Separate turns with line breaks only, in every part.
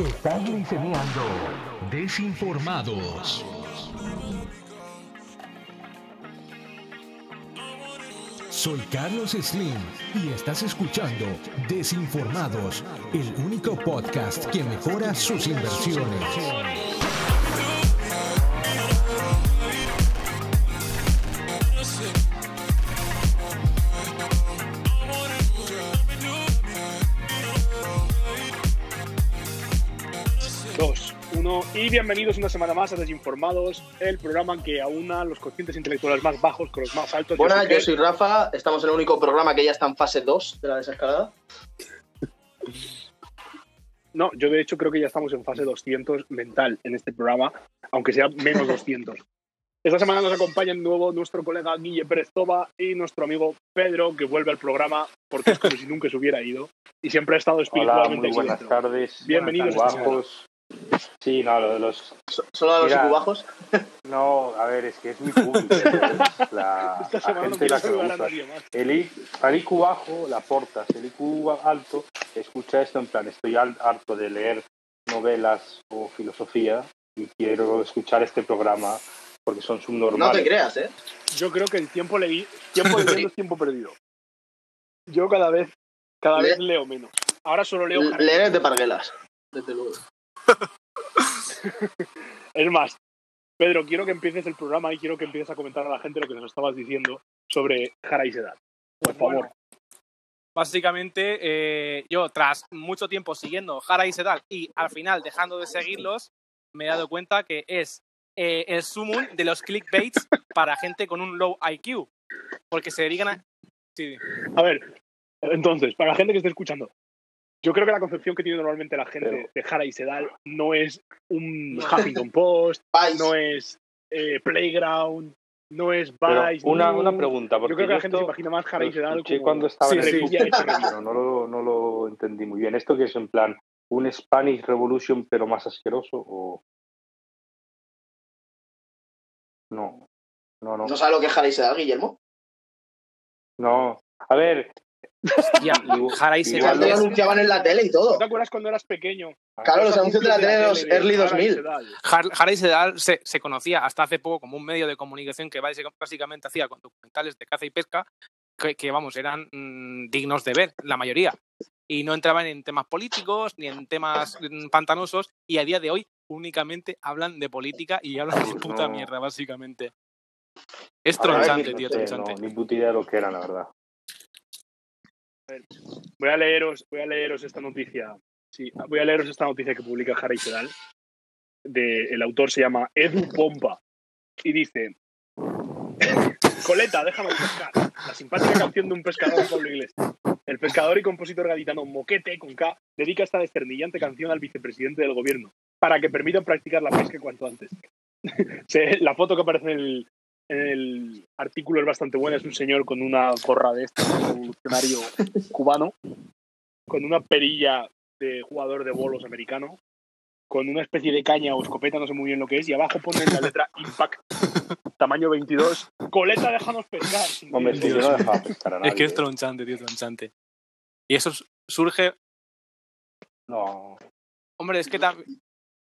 Estás liceneando Desinformados. Soy Carlos Slim y estás escuchando Desinformados, el único podcast que mejora sus inversiones.
Dos, uno, y bienvenidos una semana más a Desinformados, el programa que aúna los conscientes intelectuales más bajos con los más altos. Yo
Buenas, yo
Iker.
soy Rafa. Estamos en el único programa que ya está en fase 2 de la desescalada.
No, yo de hecho creo que ya estamos en fase 200 mental en este programa, aunque sea menos 200. Esta semana nos acompaña de nuevo nuestro colega Guille Pérez Toba y nuestro amigo Pedro, que vuelve al programa porque es como si nunca se hubiera ido y siempre ha estado
Hola,
espiritualmente
muy
aquí
buenas
dentro.
tardes.
Bienvenidos este
Buenas
esta
tardes, bajos. Sí, no, lo de los.
Solo a los
Mira.
cubajos.
pues
No, a ver, es que es mi público. es la,
Esta
la
semana no
gente
quiero
la que me
saludar a
gusta.
nadie más.
El, I- al IQ bajo la portas, el IQ alto escucha esto en plan, estoy al- harto de leer novelas o filosofía y quiero escuchar este programa porque son
No te
subnormales.
creas, ¿eh?
Yo creo que el tiempo leí, tiempo leyendo es tiempo perdido. Yo cada vez, cada
Le-
vez leo menos. Ahora solo leo.
L-
Harry
Leer es de parguelas. Desde luego.
Es más, Pedro, quiero que empieces el programa y quiero que empieces a comentar a la gente lo que nos estabas diciendo sobre Jara y Sedad. Por favor.
Bueno, básicamente, eh, yo tras mucho tiempo siguiendo Jara y Sedal y al final dejando de seguirlos, me he dado cuenta que es eh, el sumum de los clickbaits para gente con un low IQ. Porque se dedican a. Sí,
A ver, entonces, para la gente que esté escuchando, yo creo que la concepción que tiene normalmente la gente
Pero-
de Jara y Sedal no es un
No.
Huffington Post,
Vais.
no es eh, Playground, no es
Pero
Vice.
una,
News.
una pregunta, porque
Yo creo que la
yo
gente se
esto-
imagina más Jara
Lo
y Sedal
escuché
como
cuando estaba
sí,
en el
sí,
club,
ya he hecho review.
pero no lo, no lo entendí muy bien. ¿Esto que es en plan un Spanish Revolution pero más asqueroso o...? No, no, no.
¿No sabes lo que es Jara y Sedal, Guillermo?
No, a ver...
hostia, Jara y
Sí,
Igual
Sedal.
lo
no.
anunciaban en la tele y todo.
¿No te acuerdas cuando eras pequeño?
Claro, los
Los
anuncios de la tele de los
tele de
early
Jara y
2000.
Sedal.
Har- Jara y Sedal se, se conocía hasta hace poco como un medio de comunicación que básica- básicamente hacía con documentales de caza y pesca que, que, vamos, eran mm, dignos de ver, la mayoría. Y no entraban en temas políticos ni en temas mm, pantanosos y a día de hoy únicamente hablan de política y hablan de
Pues
puta
no.
mierda, básicamente. Es
a ver,
tronchante,
no
tío,
sé,
tronchante.
no, ni puta idea de lo que era, la verdad.
Voy a leeros, voy a leeros esta noticia. Sí, voy a leeros esta noticia que publica Harry Sedal. De, el autor se llama Edu Pompa y dice: Coleta, déjame pescar. La simpática canción de un pescador Pablo Iglesias. El pescador y compositor gaditano Moquete con K dedica esta desternillante canción al vicepresidente del gobierno para que permitan practicar la pesca cuanto antes. Se- la foto que aparece en el, en el artículo es bastante buena. Es un señor con una gorra de este revolucionario cubano, con una perilla de jugador de bolos americano, con una especie de caña o escopeta, no sé muy bien lo que es, y abajo ponen la letra Impact, tamaño 22. Coleta, déjanos pescar.
Hombre, es que yo
Dios.
no dejaba pescar a nadie.
Es que es tronchante, tío, tronchante. Y eso s- surge,
No,
hombre, es que tam-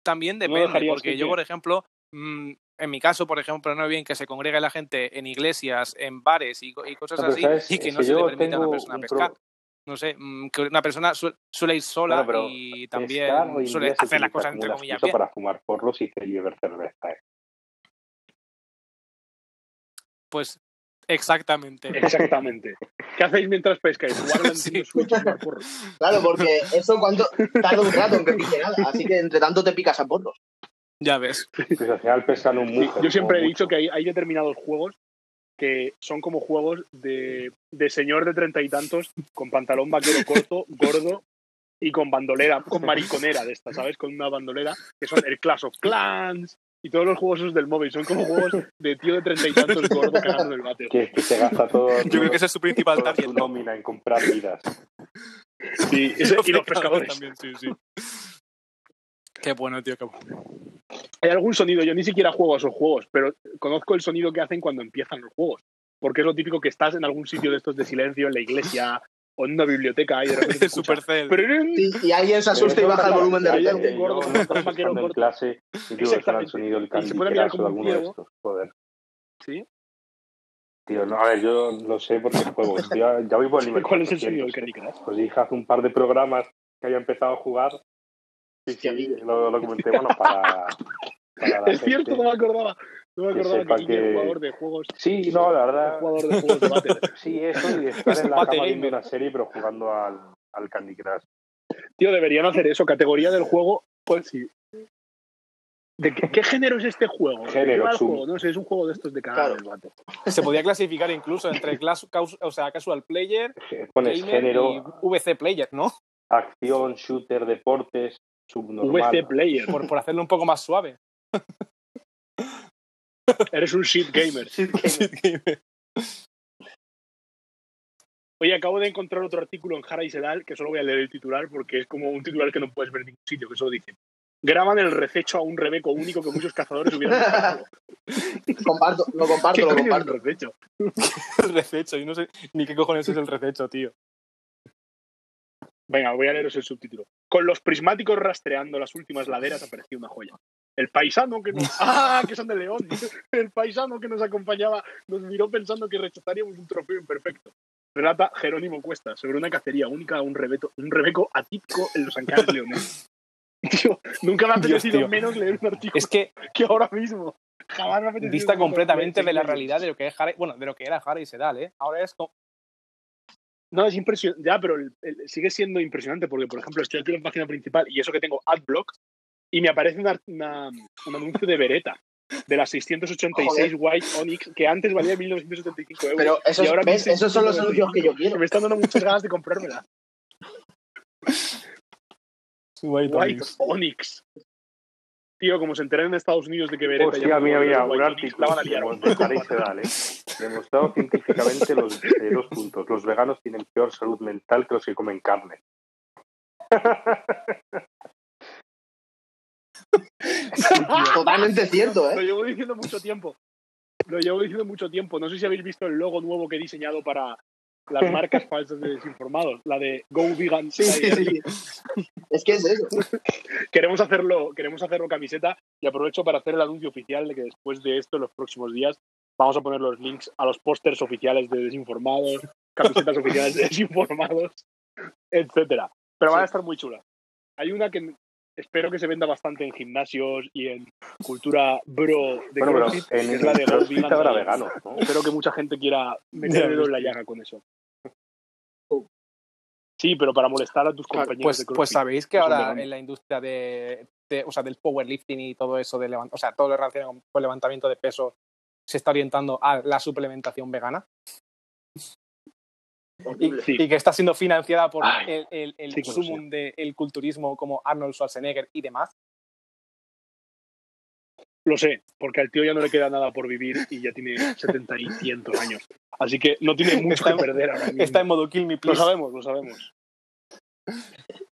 también
No
depende,
dejarías
porque
que
yo,
qué.
por ejemplo, mm, en mi caso, por ejemplo, no es bien que se congregue la gente en iglesias, en bares y, co- y cosas
No, pero
así,
¿sabes?
y que
Es
no
que
se le
yo
permita a una
tengo
persona
un pro-
pescar. No sé, mm, que una persona suel- suele ir sola
Bueno, pero
y
Pescar hoy en
también
día
suele
se
hacer las
utiliza
cosas,
como
entre
una
comillas,
excusa
bien.
para fumar porros y beber cerveza. ¿eh?
Pues exactamente.
Exactamente. ¿Qué hacéis mientras pescáis? Jugar al
Sí.
Nintendo Switch y jugar porro.
Claro, porque eso cuando tarda un rato en que pique nada. Así que entre tanto te picas a porros.
Ya ves.
Pues al final pescan un mujer.
Yo siempre he
como
dicho
mucho.
que hay, hay determinados juegos que son como juegos de, de señor de treinta y tantos con pantalón vaquero corto, gordo y con bandolera, con mariconera de esta, ¿sabes? Con una bandolera que son el Clash of Clans y todos los juegos esos del móvil. Son como juegos de tío de treinta y tantos gordo ganando el bate.
Que, que se gasta todo.
Yo creo que ese es su principal
toda su
target.
nómina en comprar vidas.
Sí, ese- y los pescadores.
también, sí, sí. Qué bueno, tío, qué bueno.
Hay algún sonido, yo ni siquiera juego a esos juegos, pero conozco el sonido que hacen cuando empiezan los juegos. Porque es lo típico que estás en algún sitio de estos de silencio, en la iglesia, onda biblioteca ahí de repente. se escucha,
Supercell.
"Prrrrrrrrrrrrrr",
Sí, y alguien se asusta y baja el volumen de
Ahí
Hay
la
algún
algún
gordo con un maquero
en
corto.
clase y digo,
Exactamente.
está el sonido del
se puede mirar
candidato
como un
de alguno de
ciego.
estos. Joder.
¿Sí?
Tío, no, a ver, yo lo sé porque juego. Yo Ya, ya voy por el nivel.
¿Cuál es el sonido del
400.
Candy Crush?
Os dije hace un par de programas que había empezado a jugar. Sí,
Hostia,
sí,
mira.
lo, lo comenté, bueno, para. para la
Es cierto,
gente.
no me acordaba. No me
que
acordaba
sepa
que Guille
que-
es jugador de juegos.
Sí, no, la verdad.
es jugador de juegos de váter.
Sí, eso y estar en la
Bate
cama viendo
gamer.
una serie, pero jugando al, al Candy Crush.
Tío, deberían hacer eso. Categoría del juego, pues sí. ¿De qué, qué género es este juego? ¿De qué
Género,
va el
sumo.
juego? No sé, es un juego de estos de canal
Claro.
del váter.
Se podía clasificar incluso entre clas- caus- o sea, casual player,
Pones
gamer
género,
y VC player, ¿no?
acción, shooter, deportes, subnormal.
VC este Player.
Por, por hacerlo un poco más suave.
Eres un shit gamer. Oye, acabo de encontrar otro artículo en Jara y Sedal, que solo voy a leer el titular porque es como un titular que no puedes ver en ningún sitio, que solo dice. Graban el rececho a un rebeco único que muchos cazadores hubieran buscado".
Comparto, lo comparto,
¿Qué
lo
coño es
comparto.
un rececho?
el rececho, yo no sé ni qué cojones es el rececho, tío.
Venga, voy a leeros el subtítulo. Con los prismáticos rastreando las últimas laderas apareció una joya. El paisano que nos... ¡Ah, que son de León! El paisano que nos acompañaba nos miró pensando que rechazaríamos un trofeo imperfecto. Relata Jerónimo Cuesta sobre una cacería única a un, rebeto, un rebeco atípico en los Ancares leoneses. Tío, nunca me ha
Dios,
apetecido
tío.
menos leer un artículo
Es que
que ahora mismo. Jamás me ha apetecido
dista
menos
completamente
leer
de la
Sigmario.
realidad de lo que es Harry, bueno, de lo que era Harry Sedal, ¿eh? Ahora es como...
No, es impresionante. Ya, pero el- el- sigue siendo impresionante porque, por ejemplo, estoy aquí en la página principal y eso que tengo Adblock y me aparece una- una- un anuncio de Beretta de las 686 White Onyx que antes valía 1975 euros.
Pero
y ahora
esos, ¿ves?
1695.
esos son los anuncios que yo quiero.
Me están dando muchas ganas de comprármela. White Onyx. Tío, como se enteran en Estados Unidos de que Beretta...
Hostia,
llama
mira,
a
mira,
los
un
White Onyx,
artículo
la van a liar.
de Harry Sedal, ¿eh? Demostrado científicamente los eh, dos puntos. Los veganos tienen peor salud mental que los que comen carne.
Totalmente cierto,
Lo
¿eh?
llevo diciendo mucho tiempo. Lo llevo diciendo mucho tiempo. No sé si habéis visto el logo nuevo que he diseñado para las marcas falsas de desinformados, la de Go Vegan.
Sí, sí,
Diet.
sí. Es que es eso.
Queremos hacerlo, queremos hacerlo camiseta y aprovecho para hacer el anuncio oficial de que después de esto, en los próximos días, vamos a poner los links a los pósters oficiales de desinformados, camisetas oficiales de desinformados, etcétera. Pero van a estar muy chulas. Hay una que espero que se venda bastante en gimnasios y en cultura bro de
bueno, pero
CrossFit,
en
que es
el
la de Go
CrossFit
Vegan
habrá
Diet.
veganos, ¿no?
Espero que mucha gente quiera meter el dedo
pues,
en la llaga con eso. Sí, pero para molestar a tus compañeros
Pues,
de CrossFit.
pues sabéis que
Es un
ahora
verano.
en la industria de, de- o sea, del powerlifting y todo eso, de levan- o sea, todo lo relacionado con con levantamiento de peso se está orientando a la suplementación vegana y,
Horrible.
Sí.
y que está siendo financiada por
Ay,
el, el, el
sí que lo
sumum del culturismo como Arnold Schwarzenegger y demás.
Lo sé, porque al tío ya no le queda nada por vivir y ya tiene 70 y cientos años. Así que no tiene mucho
Está
que
en-
perder ahora mismo.
Está en modo kill me
Lo
please.
sabemos, lo sabemos.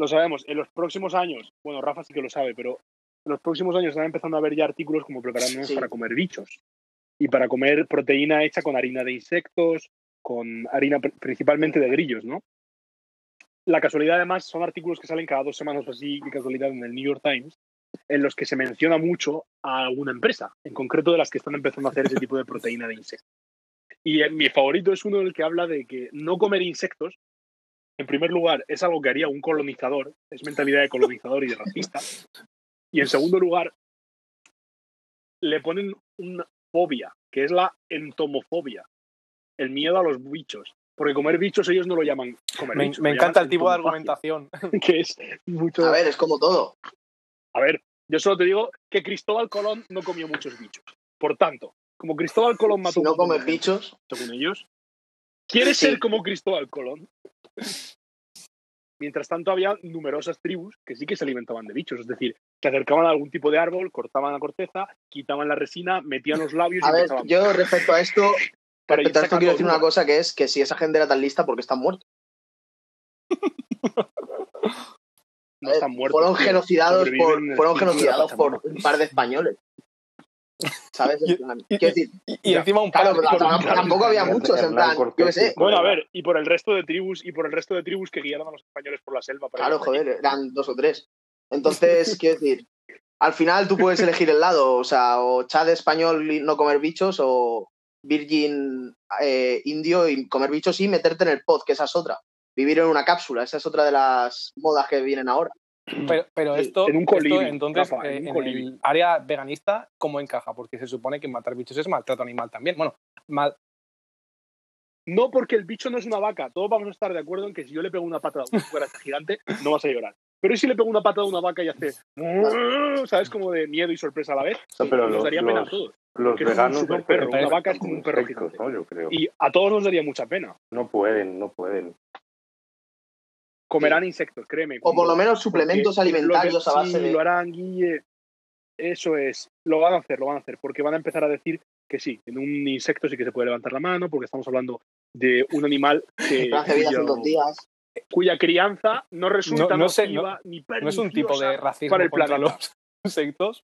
lo sabemos. En los próximos años, bueno, Rafa sí que lo sabe, pero en los próximos años están empezando a haber ya artículos como preparándonos
Sí.
para comer bichos y para comer proteína hecha con harina de insectos, con harina pr- principalmente de grillos, ¿no? La casualidad, además, son artículos que salen cada dos semanas o así, de casualidad, en el New York Times, en los que se menciona mucho a alguna empresa, en concreto de las que están empezando a hacer ese tipo de proteína de insectos. Y eh, mi favorito es uno en el que habla de que no comer insectos, en primer lugar, es algo que haría un colonizador, es mentalidad de colonizador y de racista. Y en segundo lugar, le ponen una fobia, que es la entomofobia, el miedo a los bichos. Porque comer bichos ellos no lo llaman comer
Me,
bichos.
me
lo
encanta
llaman
el tipo de
entomofagia,
argumentación.
Que es mucho.
A ver, es como todo.
A ver, yo solo te digo que Cristóbal Colón no comió muchos bichos. Por tanto, como Cristóbal Colón mató
Si no
un montón de
comes bichos,
según ellos. ¿Quieres
Sí.
ser como Cristóbal Colón? Mientras tanto, había numerosas tribus que sí que se alimentaban de bichos, es decir, se acercaban a algún tipo de árbol, cortaban la corteza, quitaban la resina, metían los labios
a
y
ver,
empezaban
yo respecto a esto,
Para ir
respecto a esto
sacando
quiero decir
dudas.
una cosa que es que si esa gente era tan lista, ¿por qué están muertos?
no están muertos.
fueron
tío.
genocidados por, eh,
Sobreviven en el
fueron
espíritu de la
genocidados por
Pachamama.
un par de españoles. ¿Sabes?
Y-
En plan, Quiero decir,
Y, y encima un
claro,
par-
pero
con-
tampoco, tampoco había muchos, en plan, yo qué sé.
Bueno, a ver, y por el resto de tribus, y por el resto de tribus que guiaron a los españoles por la selva. Para
Claro,
ir por allí.
joder, eran dos o tres. Entonces, quiero decir, al final tú puedes elegir el lado, o sea, o Chad español y no comer bichos, o Virgin eh, indio y comer bichos y meterte en el pod, que esa es otra. Vivir en una cápsula, esa es otra de las modas que vienen ahora.
Pero, pero
Sí,
esto,
en un
esto,
colibrí,
entonces,
Rafa, en
eh,
un
en,
colibrí.
el área veganista, ¿cómo encaja? Porque se supone que matar bichos es maltrato animal también. Bueno, mal-
No porque el bicho no es una vaca. Todos vamos a estar de acuerdo en que si yo le pego una pata a una cucaracha gigante, no vas a llorar. Pero ¿y si le pego una pata a una vaca y hace. ¿Sabes? Como de miedo y sorpresa a la vez.
No, pero
nos
los,
daría pena a
los,
todos.
los
porque es un
veganos no
superperro,
pueden
una
vaca es
comer
como un perro
insectos,
gigante.
¿no? Yo creo.
Y a todos nos daría mucha pena.
No pueden, no pueden.
Comerán insectos, créeme.
O por
cuando-
lo menos suplementos
porque lo que-
alimentarios a base
sí,
de...
Lo harán, Guille. Eso es. Lo van a hacer, lo van a hacer. Porque van a empezar a decir que sí, en un insecto sí que se puede levantar la mano, porque estamos hablando de un animal que,
plan de vida hace dos
cuya,
días.
cuya crianza no resulta
No- no sé,
nociva ni
no es un tipo de
perniciosa.
racismo
para el
contra
planeta.
los insectos.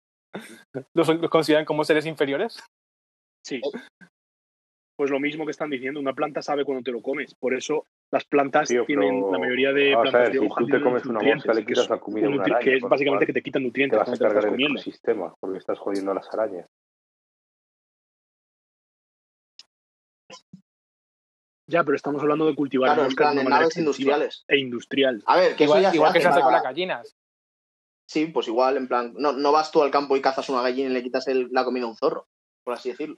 ¿Los, los consideran como seres inferiores?
Sí. Pues lo mismo que están diciendo, una planta sabe cuando te lo comes. Por eso las plantas
Tío, pero-
tienen la mayoría de
Vamos a
plantas
ver,
de
si
hoja
tú te
tienen
comes una
nutrientes,
mosca, le
que es
quitas la comida a
un
una
nutri-
araña.
que es
con lo
básicamente que
cual
te quitan
te
nutrientes
vas a
cuando te lo
cargar
estás
el
comiendo.
ecosistema porque estás jodiendo a las arañas.
Ya, pero estamos hablando de cultivar
Claro, en
moscas
plan,
de
en
una manera
naves
extensiva
industriales.
e industrial.
A ver, que
Igual,
eso ya
igual que se hace con
para-
las gallinas.
Sí, pues igual, en plan, no, no vas tú al campo y cazas una gallina y le quitas el- la comida a un zorro, por así decirlo.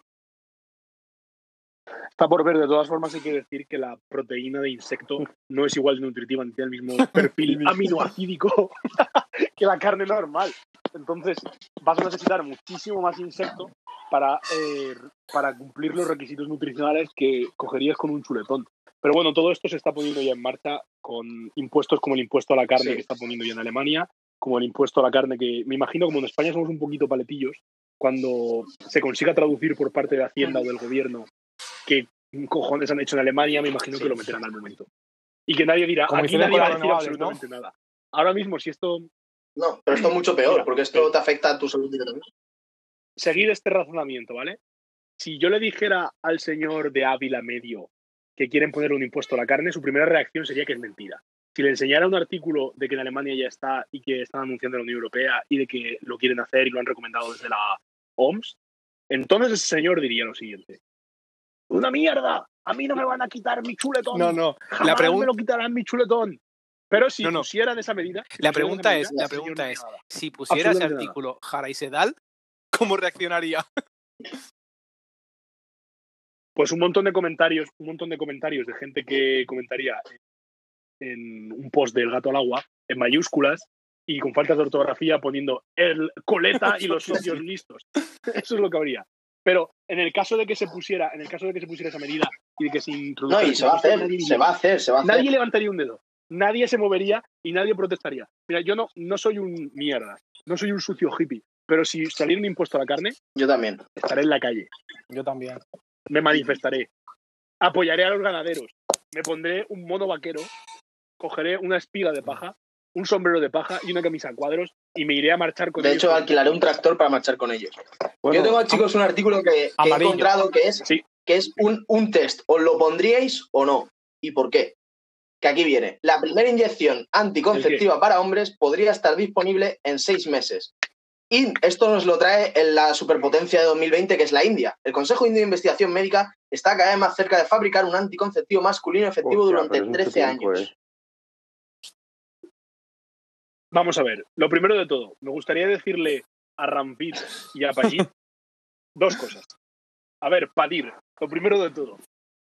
Está por ver, de todas formas hay que decir que la proteína de insecto no es igual de nutritiva ni tiene el mismo perfil aminoacídico que la carne normal. Entonces vas a necesitar muchísimo más insecto para, eh, para cumplir los requisitos nutricionales que cogerías con un chuletón. Pero bueno, todo esto se está poniendo ya en marcha con impuestos como el impuesto a la carne
Sí.
que está poniendo ya en Alemania, como el impuesto a la carne que me imagino como en España somos un poquito paletillos, cuando se consiga traducir por parte de Hacienda o del gobierno que cojones han hecho en Alemania, me imagino que lo meterán al momento. Y que nadie dirá,
Como
aquí
hicieron
nadie
con
va a
las
decir
renovables, ¿no?
absolutamente nada. Ahora mismo, si esto
No, pero esto es mucho peor, porque esto te afecta a tu salud directamente.
seguir este razonamiento, ¿vale? Si yo le dijera al señor de Ávila Medio que quieren poner un impuesto a la carne, su primera reacción sería que es mentira. Si le enseñara un artículo de que en Alemania ya está y que están anunciando la Unión Europea y de que lo quieren hacer y lo han recomendado desde la OMS, entonces ese señor diría lo siguiente. ¡Una mierda! A mí no me van a quitar mi chuletón.
No, no.
Jamás
La pregunta-
me lo quitarán mi chuletón. Pero si
No, no.
pusieran esa medida... si
La
pusieran
pregunta
esa
es- la
el señor
pregunta
no
es,
haría nada.
Si pusiera ese
Absolutamente
artículo Jara y Sedal, ¿cómo reaccionaría?
pues un montón de comentarios, un montón de comentarios de gente que comentaría en un post del gato al agua en mayúsculas y con faltas de ortografía poniendo el coleta y los socios listos. Eso es lo que habría. Pero en el caso de que se pusiera, en el caso de que se pusiera esa medida y de que se
No,
introdujera,
y
ese
se va a
impuesto,
hacer,
nadie
se va a hacer, se va a hacer.
Nadie levantaría un dedo. Nadie se movería y nadie protestaría. Mira, yo no, no soy un mierda, no soy un sucio hippie, pero si saliera un impuesto a la carne,
Yo también.
estaré en la calle
Yo también.
me manifestaré. Apoyaré a los ganaderos. Me pondré un mono vaquero. Cogeré una espiga de paja, un sombrero de paja y una camisa a cuadros y me iré a marchar con
De
ellos.
hecho, alquilaré un tractor para marchar con ellos. Yo tengo, chicos, un artículo que, que he
amarillo.
encontrado que es,
Sí.
que es un, un test. ¿Os lo pondríais o no? ¿Y por qué? Que aquí viene. La primera inyección anticonceptiva para hombres podría estar disponible en seis meses. Y esto nos lo trae en la superpotencia de 2020, que es la India. El Consejo Indio de Investigación Médica está cada vez más cerca de fabricar un anticonceptivo masculino efectivo
Hostia,
durante
pero es mucho
13
tiempo,
años.
¿eh?
Vamos a ver, lo primero de todo, me gustaría decirle a Rampit y a Pallit dos cosas. A ver, Padir, lo primero de todo,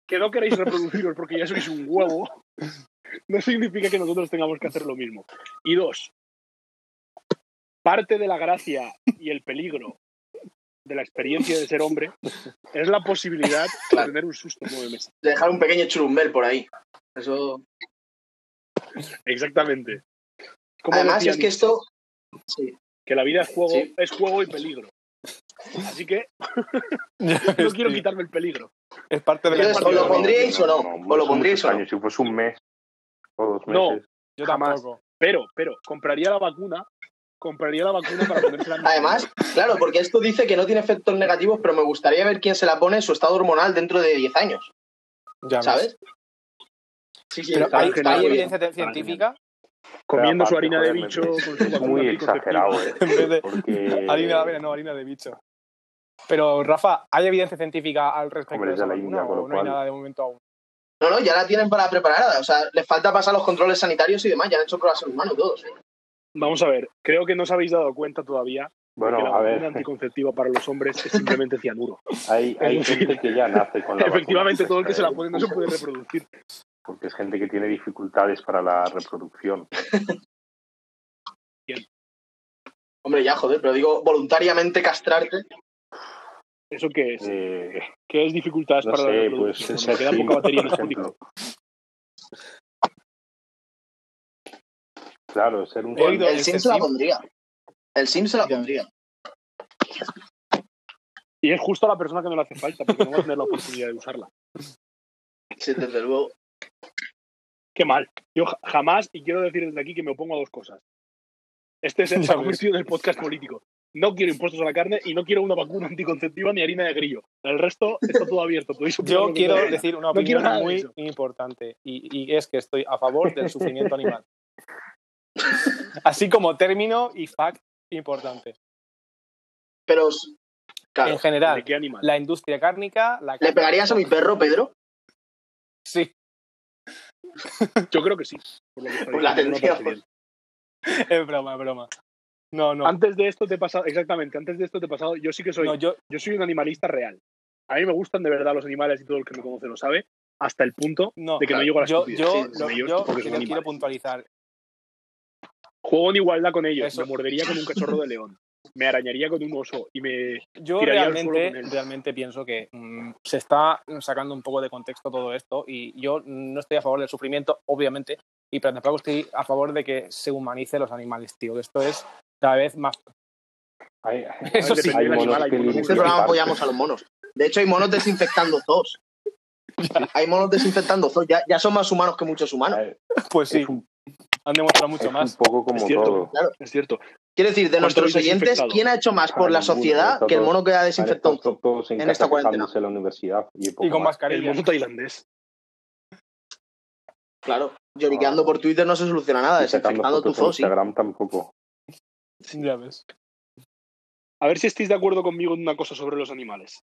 que no queréis reproduciros porque ya sois un huevo, no significa que nosotros tengamos que hacer lo mismo. Y dos, parte de la gracia y el peligro de la experiencia de ser hombre es la posibilidad de tener un susto en nueve meses.
De dejar un pequeño churumbel por ahí. Eso...
Exactamente. Como
Además,
decía
es que
Nietzsche,
esto... Sí.
que la vida es juego,
Sí.
es juego y peligro. Así que no quiero quitarme el peligro.
Es parte de la
Entonces, ¿os lo
ecuación.
pondríais o no? ¿Os lo
son
pondríais
muchos
o no?
años, Si fuese un mes o dos
No.
meses.
Yo
jamás.
tampoco.
Pero, pero, compraría la vacuna compraría la vacuna para ponerse la
Además, claro, porque esto dice que no tiene efectos negativos, pero me gustaría ver quién se la pone en su estado hormonal dentro de 10 años,
Ya ves.
¿sabes? Sí, sí,
Pero
está-
¿Hay,
está
hay
muy bien.
evidencia te- científica?
comiendo su
Aparte,
harina de
joder, me
bicho
parece-
con su
Es
vacuna
muy
anticonceptiva.
exagerado, eh.
En vez de
Porque.
harina
Eh,
de avena, no, harina de bicho. Pero, Rafa, ¿hay evidencia científica al respecto
Hombre,
de
es de
esa
la
vacuna
India, con lo
o no hay
cual-
nada de momento aún?
No, no, ya la tienen para preparada. O sea, les falta pasar los controles sanitarios y demás. Ya han hecho pruebas en humanos todos. ¿eh?
Vamos a ver, creo que no os habéis dado cuenta todavía que la
Bueno, a
vacuna
ver,
anticonceptiva para los hombres es simplemente cianuro.
hay, hay
Es decir,
gente que ya nace con la vacuna.
Efectivamente, todo el que se la
¿sabes?
pone no se puede reproducir.
Porque es gente que tiene dificultades para la reproducción.
Hombre, ya, joder, pero digo, voluntariamente castrarte.
¿Eso qué es?
Eh,
¿Qué es dificultades
no
para la
sé, pues
reproducción?
es
Cuando queda
así,
poca batería en el
por
código.
ejemplo. Claro, ser un
He oído-
El
¿es
Sim se la
Sim?
pondría. El Sim se la pondría.
Y es justo a la persona que no le hace falta, porque no va a tener la oportunidad de usarla.
Sí, desde luego.
Qué mal. Yo ja- jamás, y quiero decir desde aquí que me opongo a dos cosas. Este es el
Ya ves.
convertido en el podcast político. No quiero impuestos a la carne y no quiero una vacuna anticonceptiva ni harina de grillo. El resto está todo abierto. podéis opinar lo
Yo
que
quiero
queráis.
decir una
No quiero
opinión
nada de
muy
eso.
importante y, y es que estoy a favor del sufrimiento animal. Así como término y fact importante.
Pero, claro,
En general,
¿De qué animal?
la industria cárnica, la
¿le
carne-
pegarías a mi perro, Pedro?
Sí,
Yo creo que sí. por lo que está
Pues
diciendo, no
la
me
tendría,
parece
pues.
bien.
es broma, es broma. No, no.
Antes de esto te he pasado, exactamente, antes de esto te he pasado, yo sí que soy,
no, yo,
yo soy un animalista real. A mí me gustan de verdad los animales y todo el que me conoce lo sabe, hasta el punto
no,
de que no llego a la
yo,
estupidez.
yo,
Sí,
lo-
ellos
yo
porque son
lo quiero
animales.
puntualizar.
Juego en igualdad con ellos,
Eso.
me mordería con un cachorro de león, me arañaría con un oso y me...
Yo
Tiraría al suelo
realmente,
con él.
realmente pienso que mm, se está sacando un poco de contexto todo esto y yo no estoy a favor del sufrimiento, obviamente, y pero tampoco estoy a favor de que se humanice los animales, tío. que Esto es cada vez más
Hay,
Eso sí.
depende del
Hay monos
animal, hay
que
monos
En este
Sí,
muy-
sí,
programa
parte.
apoyamos a los monos. De hecho, hay monos desinfectando zoos. Hay monos desinfectando zoos. Ya, ya son más humanos que muchos humanos.
eh,
Pues sí,
es un,
han demostrado
es
mucho
un
más.
poco como
Es cierto.
todo.
Es cierto.
Quiero decir, de
¿Cuántos
nuestros oyentes,
desinfectados?
¿quién ha hecho más por
Ah,
la
ninguno,
sociedad
está
que el
todo-
mono que ha
Ahora
desinfectado
están todos en,
en
casa
esta cuarentena.
quejándose en la universidad y, poco
Y con
El
más.
mascarilla.
mono tailandés.
Claro, lloriqueando por Twitter no se soluciona nada.
Y sacando
Desinfectando tu
fotos en
zoo, sí.
Instagram tampoco.
Ya ves.
A ver si estáis de acuerdo conmigo en una cosa sobre los animales.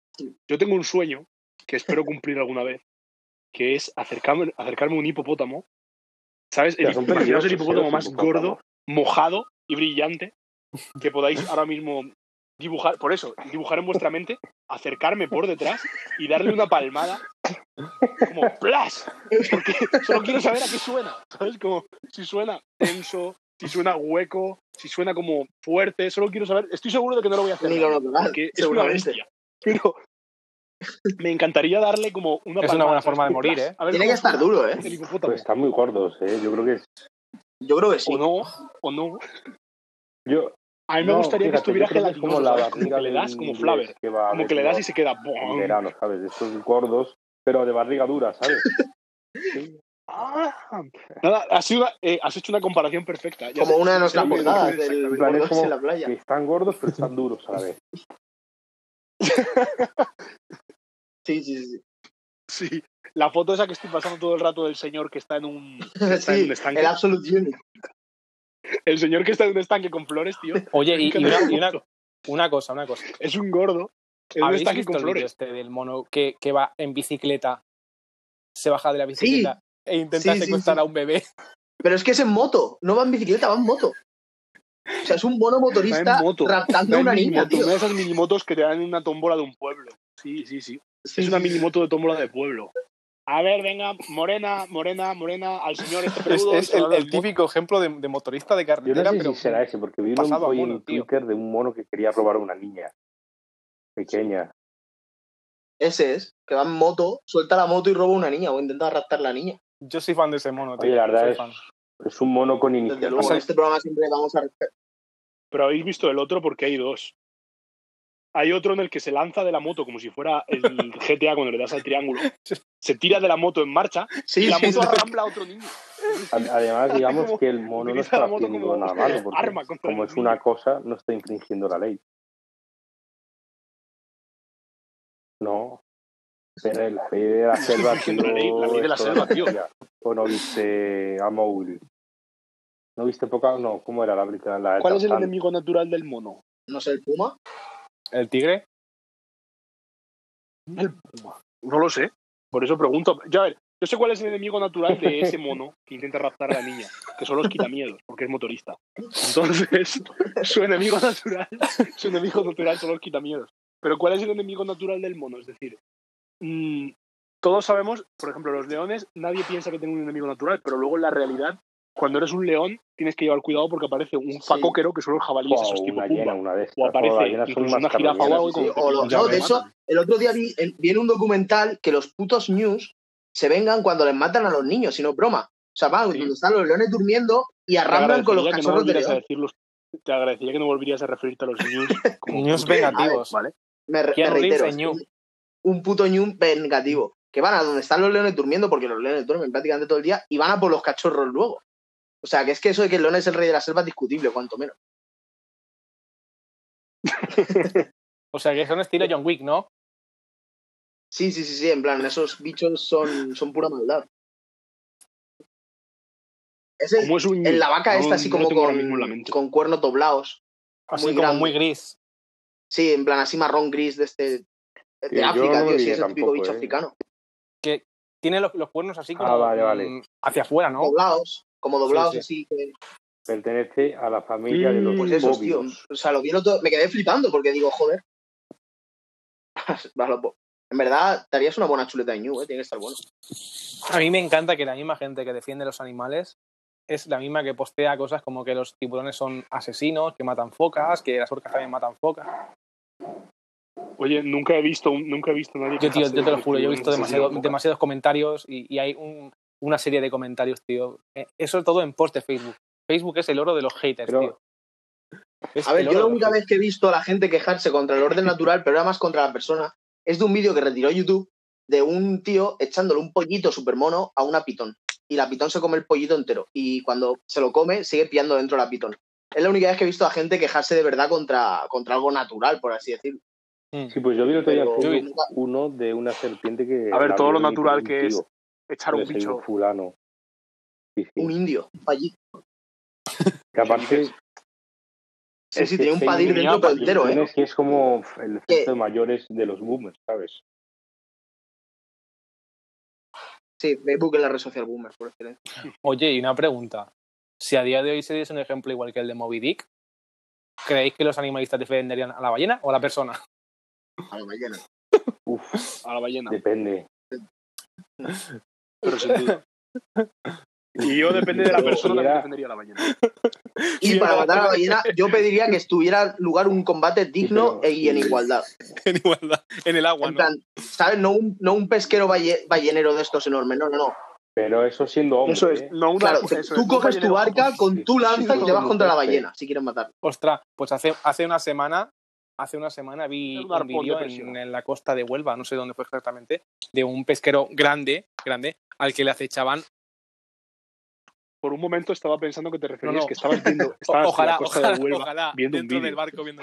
Yo tengo un sueño que espero cumplir alguna vez, que es acercarme, acercarme a un hipopótamo. ¿Sabes?
Ya,
El,
son
imaginaos
peligrosos,
el hipopótamo
eh, los
más
hipopótamos.
gordo, mojado y brillante que podáis ahora mismo dibujar. Por eso, dibujar en vuestra mente, acercarme por detrás y darle una palmada como ¡plas! Porque solo quiero saber a qué suena. ¿Sabes? Como si suena tenso, si suena hueco, si suena como fuerte. Solo quiero saber. Estoy seguro de que no lo voy a hacer.
Ni lo notarás,
porque es una
seguramente.
bestia. Pero me encantaría darle como una
Es
palmada,
una buena
¿sabes?
forma de
Un
morir,
¡plas!
¿eh?
A ver
Tiene
cómo
que estar duro, ¿eh?
el hipopótamo.
Pues están muy gordos, ¿eh? Yo creo que es-
Yo creo que sí.
O no, o no.
yo
A mí me
no,
gustaría que
fíjate, yo
estuviera
creo es
gelatinoso,
como la
¿sabes? Como
barriga
que le das
del
como
inglés
Flaver.
que va
Como
de
que le das
flor
y se queda.
en
¡boom!
verano, ¿sabes? De Estos gordos, pero de barriga dura, ¿sabes?
Ah, nada, has, sido una- eh, has hecho una comparación perfecta. Ya
Como
sé,
una de nuestras
sí,
portadas
exactamente.
del
Plan, es
Bordos
como
en la playa.
Que están gordos, pero están duros a la vez.
Sí, sí, sí.
Sí, la foto esa que estoy pasando todo el rato del señor que está en un, que está en
Sí,
un estanque.
el Absolute Junior.
El señor que está en un estanque con flores, tío.
Oye, y, y
Nunca
una,
me
y una-
gustó.
una cosa, una cosa.
Es un gordo. En un
¿Habéis
estanque
visto
con
el vídeo
flores.
este del mono que, que va en bicicleta, se baja de la bicicleta e intenta
Sí, sí,
secuestrar
sí.
a un bebé?
Pero es que es en moto. No va en bicicleta, va en moto. O sea, es un mono
Va
motorista
en moto.
raptando a
Una
una niña,
minimoto,
tío.
una de esas minimotos que te dan en una tómbola de un pueblo. Sí, sí, sí.
Sí,
es una
sí,
minimoto de tómbola de pueblo. A ver, venga, morena, morena, morena, al señor este
Es,
peludo,
es
se lo
el,
da
el
en moto.
típico ejemplo de, de motorista de
Yo
carretera,
no sé
pero
si será ese, porque vi un
pasado a
hoy
mono,
en
tío.
Twitter de un mono que quería robar a una niña pequeña.
Ese es, que va en moto, suelta la moto y roba a una niña o intenta raptar a la niña.
yo soy fan de ese mono, tío.
Oye, la verdad
soy
es-
fan.
Es un mono con
Desde ¿eh?
iniciativa.
luego, en este programa siempre vamos a...
Pero habéis visto el otro porque hay dos. Hay otro en el que se lanza de la moto como si fuera el GTA cuando le das al triángulo. Se tira de la moto en marcha y
Sí,
la
sí,
moto
sí.
arrambla a otro niño.
Ad- Además, digamos
Como
que el mono no
utiliza la
está
moto
haciendo
como
nada malo, porque
arma contra
como
los
es una
niños.
cosa, no está infringiendo la ley. No. Pero la ley de la selva,
infringiendo
tío,
la ley- la ley de la
esto
selva, tío.
hostia. ¿O no viste a Maul? ¿No viste poca? No, ¿cómo era la película? La de
¿Cuál es el
Tarzán.
enemigo natural del mono?
No sé, el Puma.
¿El tigre?
No lo sé. Por eso pregunto. Yo, a ver, yo sé cuál es el enemigo natural de ese mono que intenta raptar a la niña, que son los quitamiedos, porque es motorista. Entonces, su enemigo natural, su enemigo natural son los quitamiedos. Pero ¿cuál es el enemigo natural del mono? Es decir, mm, todos sabemos, por ejemplo, los leones, nadie piensa que tienen un enemigo natural, pero luego en la realidad, cuando eres un león, tienes que llevar cuidado porque aparece un facóquero que son los jabalíes,
O
esos tipo
una
pumba.
hiena, una de estas.
O aparece
Joder, las hienas son
incluso
más
una jirafa o
carroñeras.
algo y
Sí,
como
o
te
lo-
pillan,
no,
te
de hecho,
matan.
el otro día vi, en- vi en un documental que los putos news se vengan cuando les matan a los niños, si no es broma. O sea, van,
Sí.
donde están los leones durmiendo y arramblan con los
Te agradecería que no
cachorros de
volvieras a
león.
decirlos. Te agradecería que no volvieras a referirte a los niños como
Niños
putos,
vengativos.
Ah,
¿vale?
Me, re- me
Keanu Reeves
reitero,
en
es
Ñu.
un, un puto ñun vengativo. Que van a donde están los leones durmiendo, porque los leones duermen prácticamente todo el día, y van a por los cachorros luego. O sea, que es que eso de que el león es el rey de la selva es discutible, cuanto menos.
O sea, que es un estilo John Wick, ¿no?
Sí, sí, sí, sí, en plan, esos bichos son, son pura maldad. Es el-
Como es un
en la vaca
no-
esta así
Mm, no
como
tengo ahora mismo en la
con,
mente.
con cuernos doblados.
Así
Muy
como
grande.
muy gris.
Sí, en plan así marrón gris de este de
Sí, yo
África,
no
tío,
lo
sí,
diría
es el típico
tampoco,
bicho
eh.
africano.
Tiene los, los cuernos así como
Ah, vale, vale.
mm, hacia afuera, ¿no?
Doblados, como doblados
Sí,
así que
Pertenece a la familia de
Mm,
los
Pues esos, tío.
bóvidos.
O sea, lo vi el otro- Me quedé flipando porque digo, joder. Va, loco. en verdad, te harías una buena chuleta de ñu, eh. Tiene que estar bueno.
A mí me encanta que la misma gente que defiende los animales es la misma que postea cosas como que los tiburones son asesinos, que matan focas, que las orcas también matan focas.
Ah,
Oye, nunca he visto, un- nunca he visto a nadie.
Yo, tío,
quejarse
yo te
de
lo
que
juro, yo he
tiburones
visto
asesinan
demasiado-
focas.
demasiados comentarios y, y hay un- una serie de comentarios, tío. Eh, Eso todo en post de Facebook. Facebook es el oro de los haters,
Pero-
tío. Es
A ver,
el
yo
oro
la
de los
única
haters.
vez que he visto a la gente quejarse contra el orden natural, pero era más contra la persona, es de un vídeo que retiró YouTube de un tío echándole un pollito super mono a una pitón. Y la pitón se come el pollito entero. Y cuando se lo come, sigue pillando dentro la pitón. Es la única vez que he visto a gente quejarse de verdad contra, contra algo natural, por así decirlo.
Sí, pues yo vi el otro día en
Pero
Facebook
nunca-
uno de una serpiente que.
A ver,
la
todo
vio
lo
un-
natural
un
que es
tío,
Echar un
le salió
bicho.
un fulano. Sí, sí.
un indio, un pallito.
Que aparte.
Sí,
es
sí,
que
tiene un
este
padir
niño
dentro, pero
tiene-
entero, ¿eh?
que es como el
Que-
efecto de mayores de los boomers, ¿sabes?
Sí, Facebook es la red social boomer, por excelencia.
Oye, y una pregunta. Si a día de hoy se diese un ejemplo igual que el de Moby Dick, ¿creéis que los animalistas defenderían a la ballena o a la persona?
A la ballena.
Uf,
A la ballena.
depende.
Pero sin duda. Y yo depende de la
Pero
persona
era-
también defendería a la ballena.
Y
Sí,
para
no,
matar a la
pero-
ballena, yo pediría que estuviera lugar un combate digno e
pero-
y en igualdad.
en igualdad, en el agua,
En plan, ¿sabes? No un, no un pesquero balle- ballenero de estos enormes, no, no, no.
Pero eso siendo hombre.
Eso es,
¿eh?
no una.
Claro,
eso
tú,
es,
tú
un
coges tu
ballena-
barca con tu lanza
Sí,
y te vas
sí,
contra la
sí.
ballena si quieres matar.
Ostras, pues hace, hace una semana, hace una semana vi
Es un
un
arpón de
vídeo en,
presión.
en la costa de Huelva, no sé dónde fue exactamente, de un pesquero grande, grande, al que le acechaban.
Por un momento estaba pensando que te referías
no.
que estabas viendo.
o-
Estabas en
ojalá,
la costa
ojalá,
de Huelva
ojalá,
viendo un
dentro del
vídeo.
barco viendo.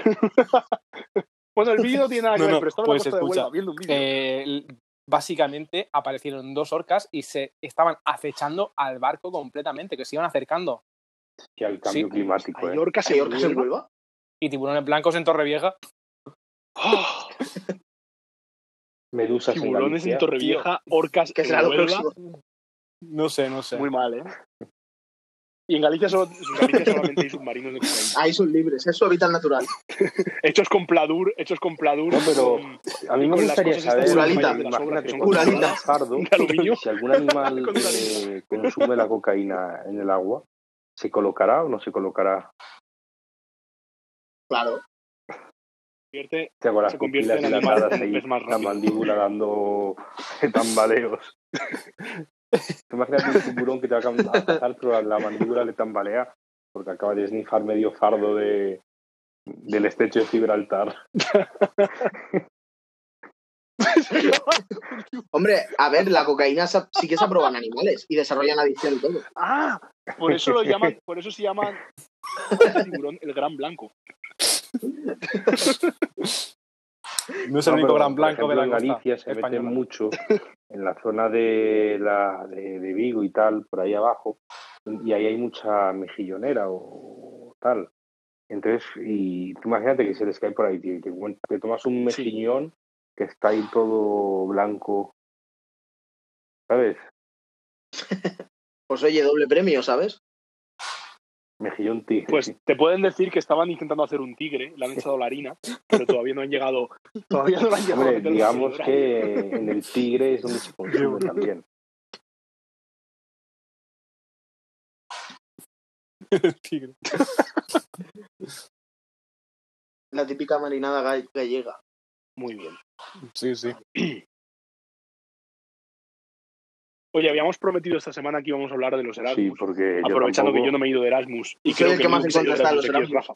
Bueno, el vídeo no tiene nada que
No,
ver,
no,
pero estaba
pues
en la costa
escucha,
de Huelva viendo un vídeo.
Eh, l- básicamente aparecieron dos orcas y se estaban acechando al barco completamente, que se iban acercando.
Que al cambio
sí.
climático,
¿Hay
¿eh?
orcas
¿Hay orcas en
Huelva?
Huelva?
Y tiburones blancos en Torrevieja.
¡Oh!
Medusas en
Tiburones en
Galicia.
Torrevieja, orcas
Que
en
será lo
Huelva.
próximo.
No sé, no sé.
Muy mal, ¿eh? Y en Galicia, solo, en Galicia solamente hay submarinos de cocaína.
Ahí son libres, es su hábitat natural.
Hechos con pladur, hechos con pladur.
No, pero
con-
A mí me
Con las
gustaría
cosas estas
saber.
Uralita.
oye, imagínate,
Uralita.
cuando
Uralita.
un pardo,
De aluminio.
si algún animal
Con uralita.
eh, consume la cocaína en el agua, ¿se colocará o no se colocará?
Claro.
convierte-
Te hago las
Se convierte
pupilas
en animal
dilatadas
como
ahí,
pez más
la
rápido.
mandíbula dando tambaleos. Imagínate un tiburón que te va a cam- a cazar, pero la mandíbula le tambalea porque acaba de snifar medio fardo de, del estrecho de Gibraltar.
Hombre, a ver, la cocaína se- sí que se aprueba en animales y desarrollan adicción y todo.
ah, por eso lo llaman, por eso se llaman el tiburón el gran blanco.
No es el
No,
único
pero,
gran
por
blanco
ejemplo,
de la
en Galicia se
española.
meten mucho en la zona de, la, de, de Vigo y tal, por ahí abajo, y ahí hay mucha mejillonera o, o tal. Entonces, y tú imagínate que se les cae por ahí, tío, y te, encuent- te tomas un
Sí.
mejillón que está ahí todo blanco, ¿sabes?
Pues oye, doble premio, ¿sabes?
Mejillón tigre.
Pues te pueden decir que estaban intentando hacer un tigre, le han echado la harina, pero todavía no han llegado, todavía no lo han llegado. a
Hombre,
meter en
digamos
la freidora.
que en el tigre es donde se consume también.
Tigre.
La típica marinada ga- gallega.
Muy bien.
Sí, sí.
Oye, habíamos prometido esta semana que íbamos a hablar de los
Sí,
Erasmus,
porque yo
aprovechando que
tampoco-
yo no me he ido de Erasmus y
Soy
creo
el que más
único
en
se ha ido
contra está de
de
los
aquí es Rafa.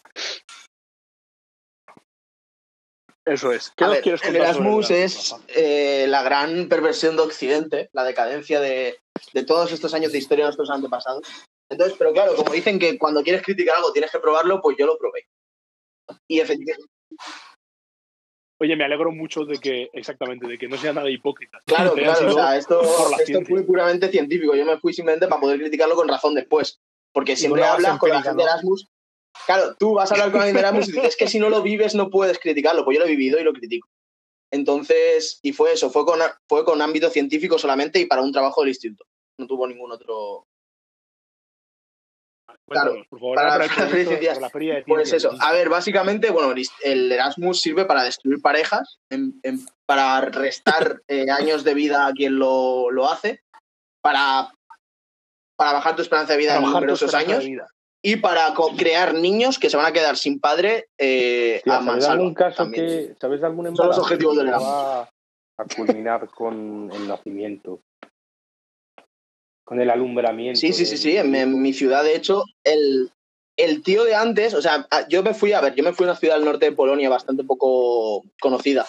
Eso es. ¿Qué
A
nos
ver,
quieres
el
contar sobre
Erasmus
el
es
Rafa?
eh, la gran perversión de Occidente, la decadencia de, de todos estos años de historia de nuestros antepasados. Entonces, pero claro, como dicen que cuando quieres criticar algo tienes que probarlo, pues yo lo probé. Y efectivamente,
Oye, me alegro mucho de que, exactamente, de que no sea nada hipócrita.
claro,
Que haya
claro, o
sido
sea, esto,
por la
esto
ciencia.
fue puramente científico. Yo me fui simplemente para poder criticarlo con razón después. Porque siempre
una base
hablas con la
empírica,
gente de
¿no?
Erasmus. Claro, tú vas a hablar con alguien de Erasmus y dices "Es que si no lo vives no puedes criticarlo. Pues yo lo he vivido y lo critico. Entonces, y fue eso, fue con, fue con ámbito científico solamente y para un trabajo del instituto. No tuvo ningún otro,
Cuéntanos,
claro,
por favor,
para
ahora
las
para el proyecto,
ciencias.
para la feria de
Pues
ciencias.
eso, a ver, básicamente, bueno, el is- el Erasmus sirve para destruir parejas, en- en- para restar eh, años de vida a quien lo, lo hace, para, para bajar tu esperanza de vida
Para
en
bajar tu
numerosos
esperanza de
años
vida.
y para co- crear niños que se van a quedar sin padre eh,
Tía,
a
¿Sabes de
mansalva.
algún caso
también.
que sabes de algún
los
embarazo
objetivos
que
del Erasmus.
va a culminar con el nacimiento, con el alumbramiento?
Sí, sí, sí,
del-
sí. En, mi- en mi ciudad, de hecho, el, el tío de antes, o sea, a- yo me fui, a ver, yo me fui a una ciudad del norte de Polonia bastante poco conocida.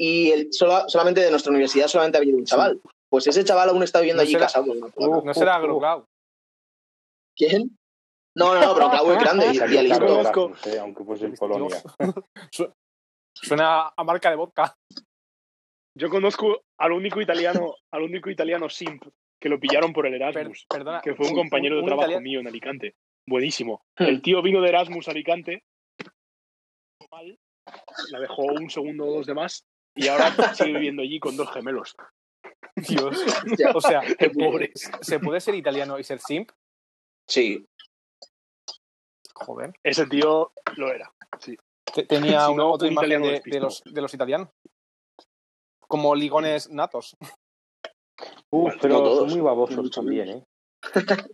Y el, solo- solamente de nuestra universidad solamente había un chaval. Pues ese chaval aún está viviendo
No
allí
será- Uh.
casado con una polaca.
No será agroclau.
¿Quién? No, no, no, pero Clau es grande
Ah,
y, y
Salió
Alice
caro
no.
Erasmus, eh, aunque fuese en Polonia.
Su- Suena a marca de vodka.
Yo conozco al único italiano, al único italiano simp que lo pillaron por el
Per-
Erasmus,
perdona.
que fue un
un-
compañero de
un
trabajo
italiano- Hmm.
mío en Alicante. Buenísimo. El tío vino de Erasmus a Alicante, mal, la dejó un segundo o dos de más y ahora sigue viviendo allí con dos gemelos.
Dios.
Hostia,
O sea,
Qué pobre.
¿se puede ser italiano y ser simp?
Sí.
Joder.
Ese tío lo era.
Te- Tenía
Si
una
no,
otra
un
imagen
italiano
de,
despistado.
de los, de los italianos. Como ligones natos.
Uf, pero
no todos,
son muy babosos
mucho
también, ¿eh?
Pues
Son un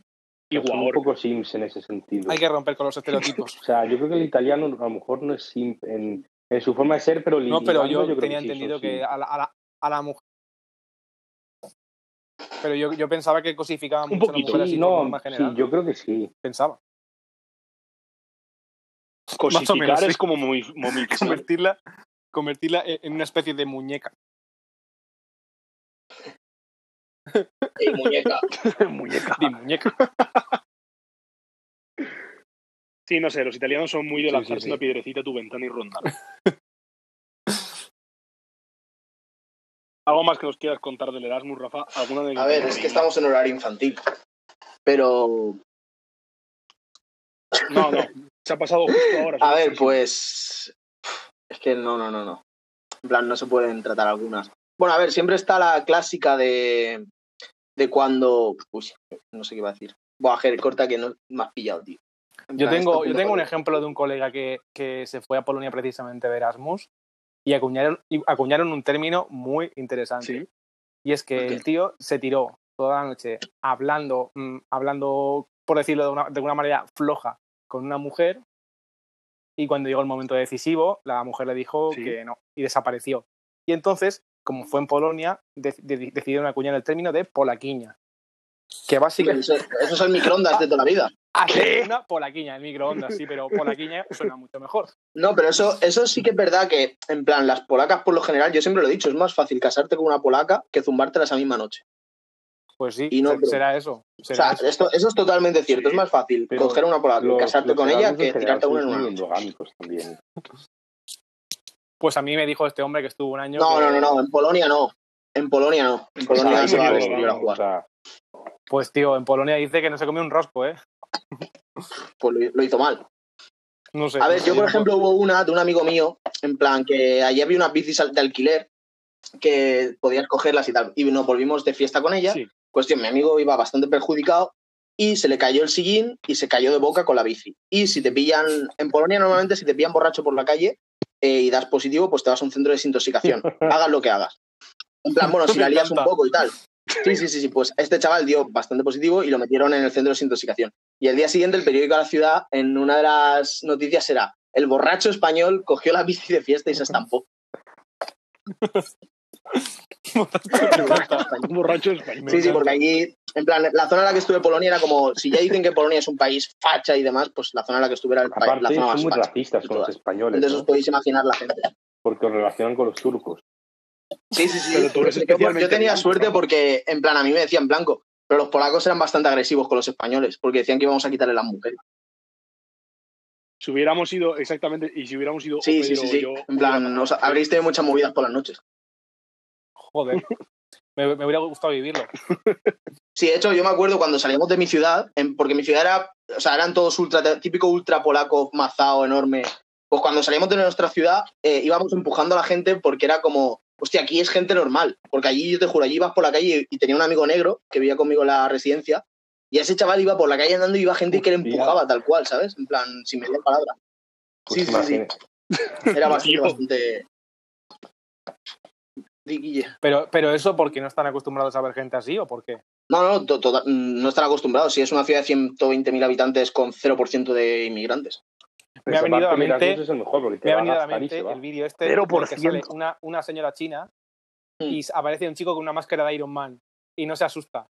Igual.
poco sims en ese sentido.
Hay que romper con los estereotipos.
O sea, yo creo que el italiano a lo mejor no es simp en, en su forma de ser, pero
No, pero
litigando
yo
creo
tenía
sí son
entendido
simp.
que a la, a la- a la mujer. Pero yo, yo pensaba que cosificaban
Un
mucho
poquito,
a la mujer
Sí,
así por
no,
norma
sí,
general.
yo creo que sí.
Pensaba. Más o
Cosificar
menos,
es
sí.
como momi- momificar.
Convertirla, convertirla en en una especie de muñeca.
Y muñeca.
Muñeca.
De muñeca.
Sí, no sé, los italianos son muy de
Sí,
lanzarse
sí, sí.
una piedrecita a tu ventana y rondar. ¿Algo más que nos quieras contar del Erasmus, Rafa? ¿Alguna
A ver, es que estamos en horario infantil. Pero,
No, no, se ha pasado justo ahora.
a ver, pues. Es que no, no, no, no. En plan, no se pueden tratar algunas. Bueno, a ver, siempre está la clásica de. de cuando. Uy, no sé qué iba a decir. Buah, Ger, corta que no me has pillado, tío. En
Yo
plan,
tengo,
esto-
yo tengo un ejemplo de un colega que, que se fue a Polonia precisamente de Erasmus y acuñaron, y acuñaron un término muy interesante.
Sí.
Y es que
Ok.
el tío se tiró toda la noche hablando, mm, hablando, por decirlo de una, de una manera floja, con una mujer. Y cuando llegó el momento decisivo, la mujer le dijo
Sí.
que no y desapareció. Y entonces, como fue en Polonia, de- de- decidieron acuñar el término de polaquiña. Que básicamente,
Eso, eso es el microondas de toda la vida.
Hace una polaquiña, el microondas, sí, pero polaquiña suena mucho mejor.
No, pero eso, eso sí que es verdad que, en plan, las polacas por lo general, yo siempre lo he dicho, es más fácil casarte con una polaca que zumbártela esa misma noche.
Pues sí,
Y no,
se-
pero-
será eso.
O
será
sea,
eso.
esto, eso es totalmente cierto,
Sí,
es más fácil
pero
coger a una polaca y
Los-
casarte
los
con ella
escandinavos
que
en general
tirarte a una en
son
una
muy
noche.
endogámicos también.
Pues a mí me dijo este hombre que estuvo un año.
No,
que-
no, no, no, en Polonia no. En Polonia no. En
O sea,
Polonia
hay
se va a
mucho-
Polonia,
vestir a
o
jugar.
sea,
Pues tío, en Polonia dice que no se comió un rosco, ¿eh?
Pues lo- lo hizo mal.
No sé.
A ver,
no
yo
sé,
por
no-
ejemplo hubo una de un amigo mío, en plan que ayer vi unas bicis al- de alquiler que podías cogerlas y tal, y nos volvimos de fiesta con ella.
Sí.
Cuestión, mi amigo iba bastante perjudicado y se le cayó el sillín y se cayó de boca con la bici. Y si te pillan, en Polonia normalmente si te pillan borracho por la calle eh, y das positivo, pues te vas a un centro de desintoxicación. hagas lo que hagas. En plan, bueno, si
Me
la lías un
encanta.
poco y tal. Sí, sí, sí, sí, pues este chaval dio bastante positivo y lo metieron en el centro de desintoxicación. Y el día siguiente, el periódico de la ciudad, en una de las noticias, era el borracho español cogió la bici de fiesta y se estampó.
Un borracho español.
Sí, sí, porque allí, en plan, la zona en la que estuve Polonia era como, si ya dicen que Polonia es un país facha y demás, pues la zona en la que estuve era el país, la
Aparte,
zona
son
más
muy
facha.
racistas
de
con los
todas.
españoles,
Entonces
¿no?
os podéis imaginar la gente.
porque os relacionan con los turcos.
Sí, sí, sí.
Pero tú eres
Yo-
especialmente
yo tenía
blanco,
suerte
¿no?
porque, en plan, a mí me decían blanco, pero los polacos eran bastante agresivos con los españoles porque decían que íbamos a quitarle las mujeres.
Si hubiéramos ido, exactamente, y si hubiéramos ido
Sí,
o
sí,
Pedro
sí,
o
sí.
yo,
En plan, os habréis tenido muchas movidas por las noches.
Joder. Me, me hubiera gustado vivirlo.
Sí, de hecho, yo me acuerdo cuando salíamos de mi ciudad, en- porque mi ciudad era, o sea, eran todos ultra, típico ultra polaco, mazao, enorme. Pues cuando salíamos de nuestra ciudad, eh, íbamos empujando a la gente porque era como, hostia, aquí es gente normal. Porque allí, yo te juro, allí ibas por la calle y tenía un amigo negro que vivía conmigo en la residencia. Y ese chaval iba por la calle andando y iba gente que le
Hostia.
empujaba tal cual, ¿sabes? En plan, sin media palabra.
Pues
sí, sí, sí.
imagina-
Era bastante,
Tío.
bastante... Di, Guille.
Pero, pero eso porque no están acostumbrados a ver gente así o por qué.
No, no, to- toda- mm, no están acostumbrados. Si es una ciudad de 120.000 habitantes con 0% de inmigrantes.
Me ha
Esa
venido a la
parte de
mente-
Erasmus es pues el mejor porque te
Me ha
van
venido a la
París,
mente
se va.
el vídeo este
Cero
en
por
el que sale
ciento.
una, una señora china y
Mm.
s- aparece un chico con una máscara de Iron Man y no se asusta.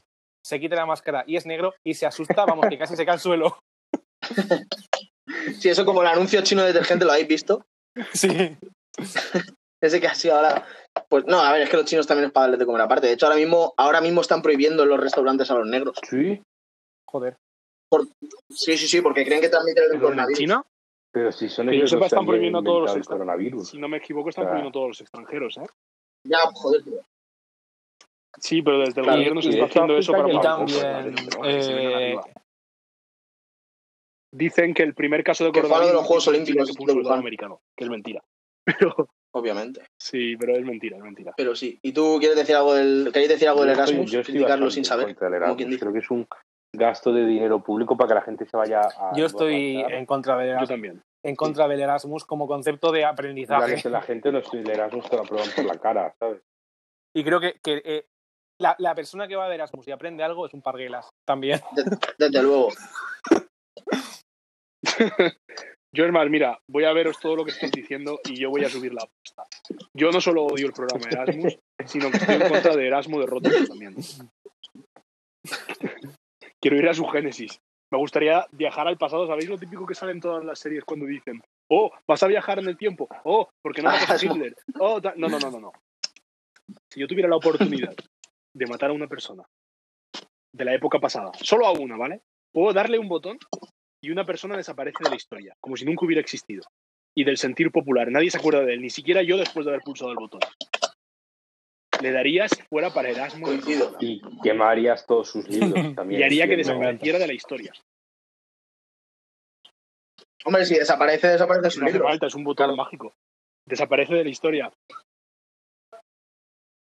Se quita la máscara y es negro y se asusta, vamos, que casi se cae al suelo.
Sí, eso como el anuncio chino de detergente, ¿lo habéis visto?
Sí.
Ese que ha sido ahora. Pues no, a ver, es que los chinos también es para darles de comer aparte. De hecho, ahora mismo, ahora mismo están prohibiendo en los restaurantes a los negros.
Sí,
Joder.
Sí, sí, sí, porque creen que transmiten el
Pero en
coronavirus.
China,
pero si son
Que yo
ellos
sepa,
los que
están
han
prohibiendo a todos los
inventado el
extra-
coronavirus.
si no me equivoco,
Ah.
están
Claro.
prohibiendo todos los extranjeros, ¿eh?
Ya, joder, tío.
Sí, pero desde el
Claro,
gobierno se
y
está
de hecho
haciendo eso para
África
Y
Tampoco,
pagar
también.
cosas, ¿vale? Que se vengan
eh,
arriba. Dicen que el primer caso de
Que fue
coronavirus
algo de los Juegos
es un
Olímpicos
tío que fue un
de
soldado
Wuhan.
americano, que es mentira. Pero
obviamente.
sí, pero es mentira, es mentira.
Pero sí. ¿Y tú quieres decir algo del, queréis decir algo del
Yo estoy-
Erasmus?
yo estoy
Criticarlo
bastante
sin saber.
contra el
como quien
Erasmus.
dice.
Creo que es un gasto de dinero público para que la gente se vaya a.
yo estoy en contra, del
Yo
Erasmus,
también.
en contra del Erasmus como concepto de
La
aprendizaje.
gente,
¿eh?
la gente no es el Erasmus te la prueban por la cara, ¿sabes?
Y creo que, que, eh, la, la persona que va de Erasmus y aprende algo es un parguelas también.
Desde luego.
Yo, es más, mira, voy a veros todo lo que estáis diciendo y yo voy a subir la apuesta. Yo no solo odio el programa Erasmus, sino que estoy en contra de Erasmus de Rotterdam también. Quiero ir a su génesis. Me gustaría viajar al pasado. ¿Sabéis lo típico que sale en todas las series cuando dicen, oh, vas a viajar en el tiempo? Oh, porque no matas a Hitler? Oh, ta-". no, no, no, no, no. Si yo tuviera la oportunidad de matar a una persona de la época pasada, solo a una, ¿vale? Puedo darle un botón y una persona desaparece de la historia, como si nunca hubiera existido. Y del sentir popular, nadie se acuerda de él, ni siquiera yo después de haber pulsado el botón. Le daría si fuera para Erasmo de
Coincido.
Rotterdam,
Y quemarías todos sus libros también.
y haría que
Sí, ¿no?
desapareciera de la historia.
Hombre, si desaparece, desaparece su
No hace
libro.
falta, es un botón mágico. Desaparece de la historia.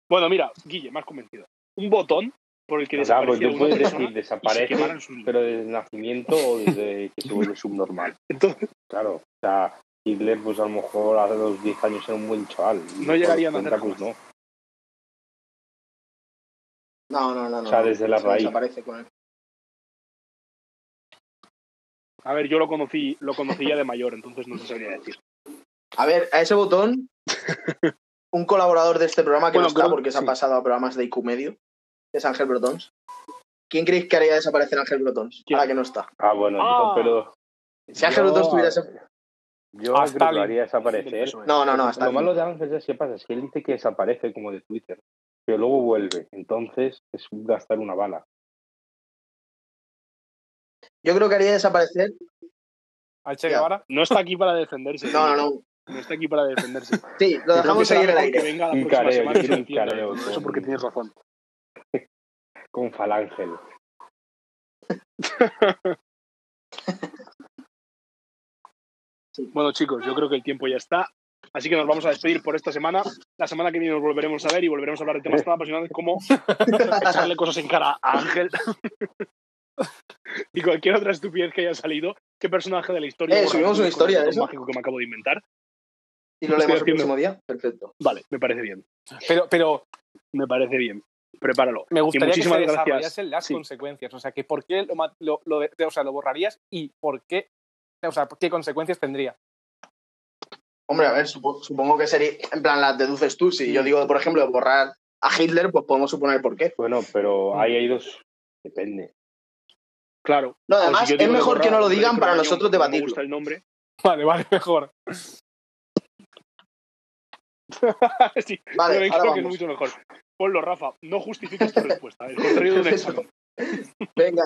Bueno, mira, Guille, más convencido. Un botón por el que
O sea, pues
desapareciera
tú
una
puedes
persona
decir
y se quemaran
desaparece,
sus libros.
pero desde el nacimiento o desde que se vuelve subnormal.
Entonces,
Claro, o sea, Hitler, pues a lo mejor a los 10 años era un buen chaval. y
No
a los
llegaría a nacer
30, pues, no.
No, no, no. no
O sea, desde la
Se
raíz.
Desaparece con él.
a ver, yo lo conocí, lo conocí ya de mayor, entonces no se sabría decir.
A ver, a ese botón, un colaborador de este programa que
Bueno,
no está
creo-
porque se ha
sí.
pasado a programas de IQ Medio, es Ángel Brotons. ¿Quién creéis que haría desaparecer a Ángel Brotón?
¿Quién?
Ahora que no está.
Ah, bueno,
Ah.
yo, pero.
Si Ángel Brotón estuviera.
Yo creo
A
que
Stalin.
lo haría desaparecer.
Eso es.
No, no, no, hasta
Lo malo de Ángel es que pasa, es que él dice que desaparece como de Twitter, pero luego vuelve. Entonces es gastar una bala.
Yo creo que haría desaparecer.
¿Al Che
Ya.
Guevara?
No está aquí para defenderse.
No, no, no.
No está aquí para defenderse.
Sí, lo dejamos
Creo que
seguir en
será
el
mejor que
aire.
venga la
Un
próxima
careo,
semana y ¿eh? se
yo quiero un
defienda,
careo
Lorenzo, Eso
con-
porque tienes razón.
Con Falángel.
Bueno, chicos, yo creo que el tiempo ya está. Así que nos vamos a despedir por esta semana. La semana que viene nos volveremos a ver y volveremos a hablar de temas tan apasionantes como echarle cosas en cara a Ángel y cualquier otra estupidez que haya salido. ¿Qué personaje de la historia?
Eh,
borra
subimos una
con
historia de
el
eso.
mágico que me acabo de inventar.
Y lo
Estoy
leemos el
haciendo-
próximo día. Perfecto.
Vale, me parece bien.
Pero, pero
Me parece bien. Prepáralo.
me gustaría que se
muchísimas gracias.
desarrollasen las
Sí.
consecuencias. O sea, que ¿por qué lo, ma- lo, lo de- o sea, lo borrarías y por qué? O sea, ¿qué consecuencias tendría?
Hombre, a ver, supo- supongo que sería. En plan, las deduces tú. Si yo digo, por ejemplo, borrar a Hitler, pues podemos suponer por qué.
Bueno, pero ahí hay dos. Depende.
Claro.
No,
O
además,
si yo
es
digo
mejor
borrar
que no lo
Rodrigo
digan para
Cromañón,
nosotros
porque no me
debatirlo.
gusta el nombre.
Vale, vale, mejor.
Sí,
Vale,
Pero
ahora
creo que es
vamos.
mucho mejor. Ponlo, Rafa. No justifiques tu respuesta. eh, El contrario de un
Eso.
examen.
Venga.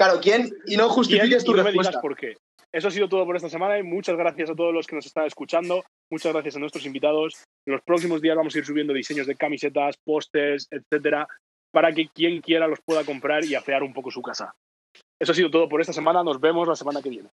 Claro, ¿quién? Y
Y
no
ahí
justifiques tu
no me digas
respuesta.
por qué. Eso ha sido todo por esta semana y muchas gracias a todos los que nos están escuchando. Muchas gracias a nuestros invitados. En los próximos días vamos a ir subiendo diseños de camisetas, pósters, etcétera, para que quien quiera los pueda comprar y afear un poco su casa. Eso ha sido todo por esta semana. Nos vemos la semana que viene.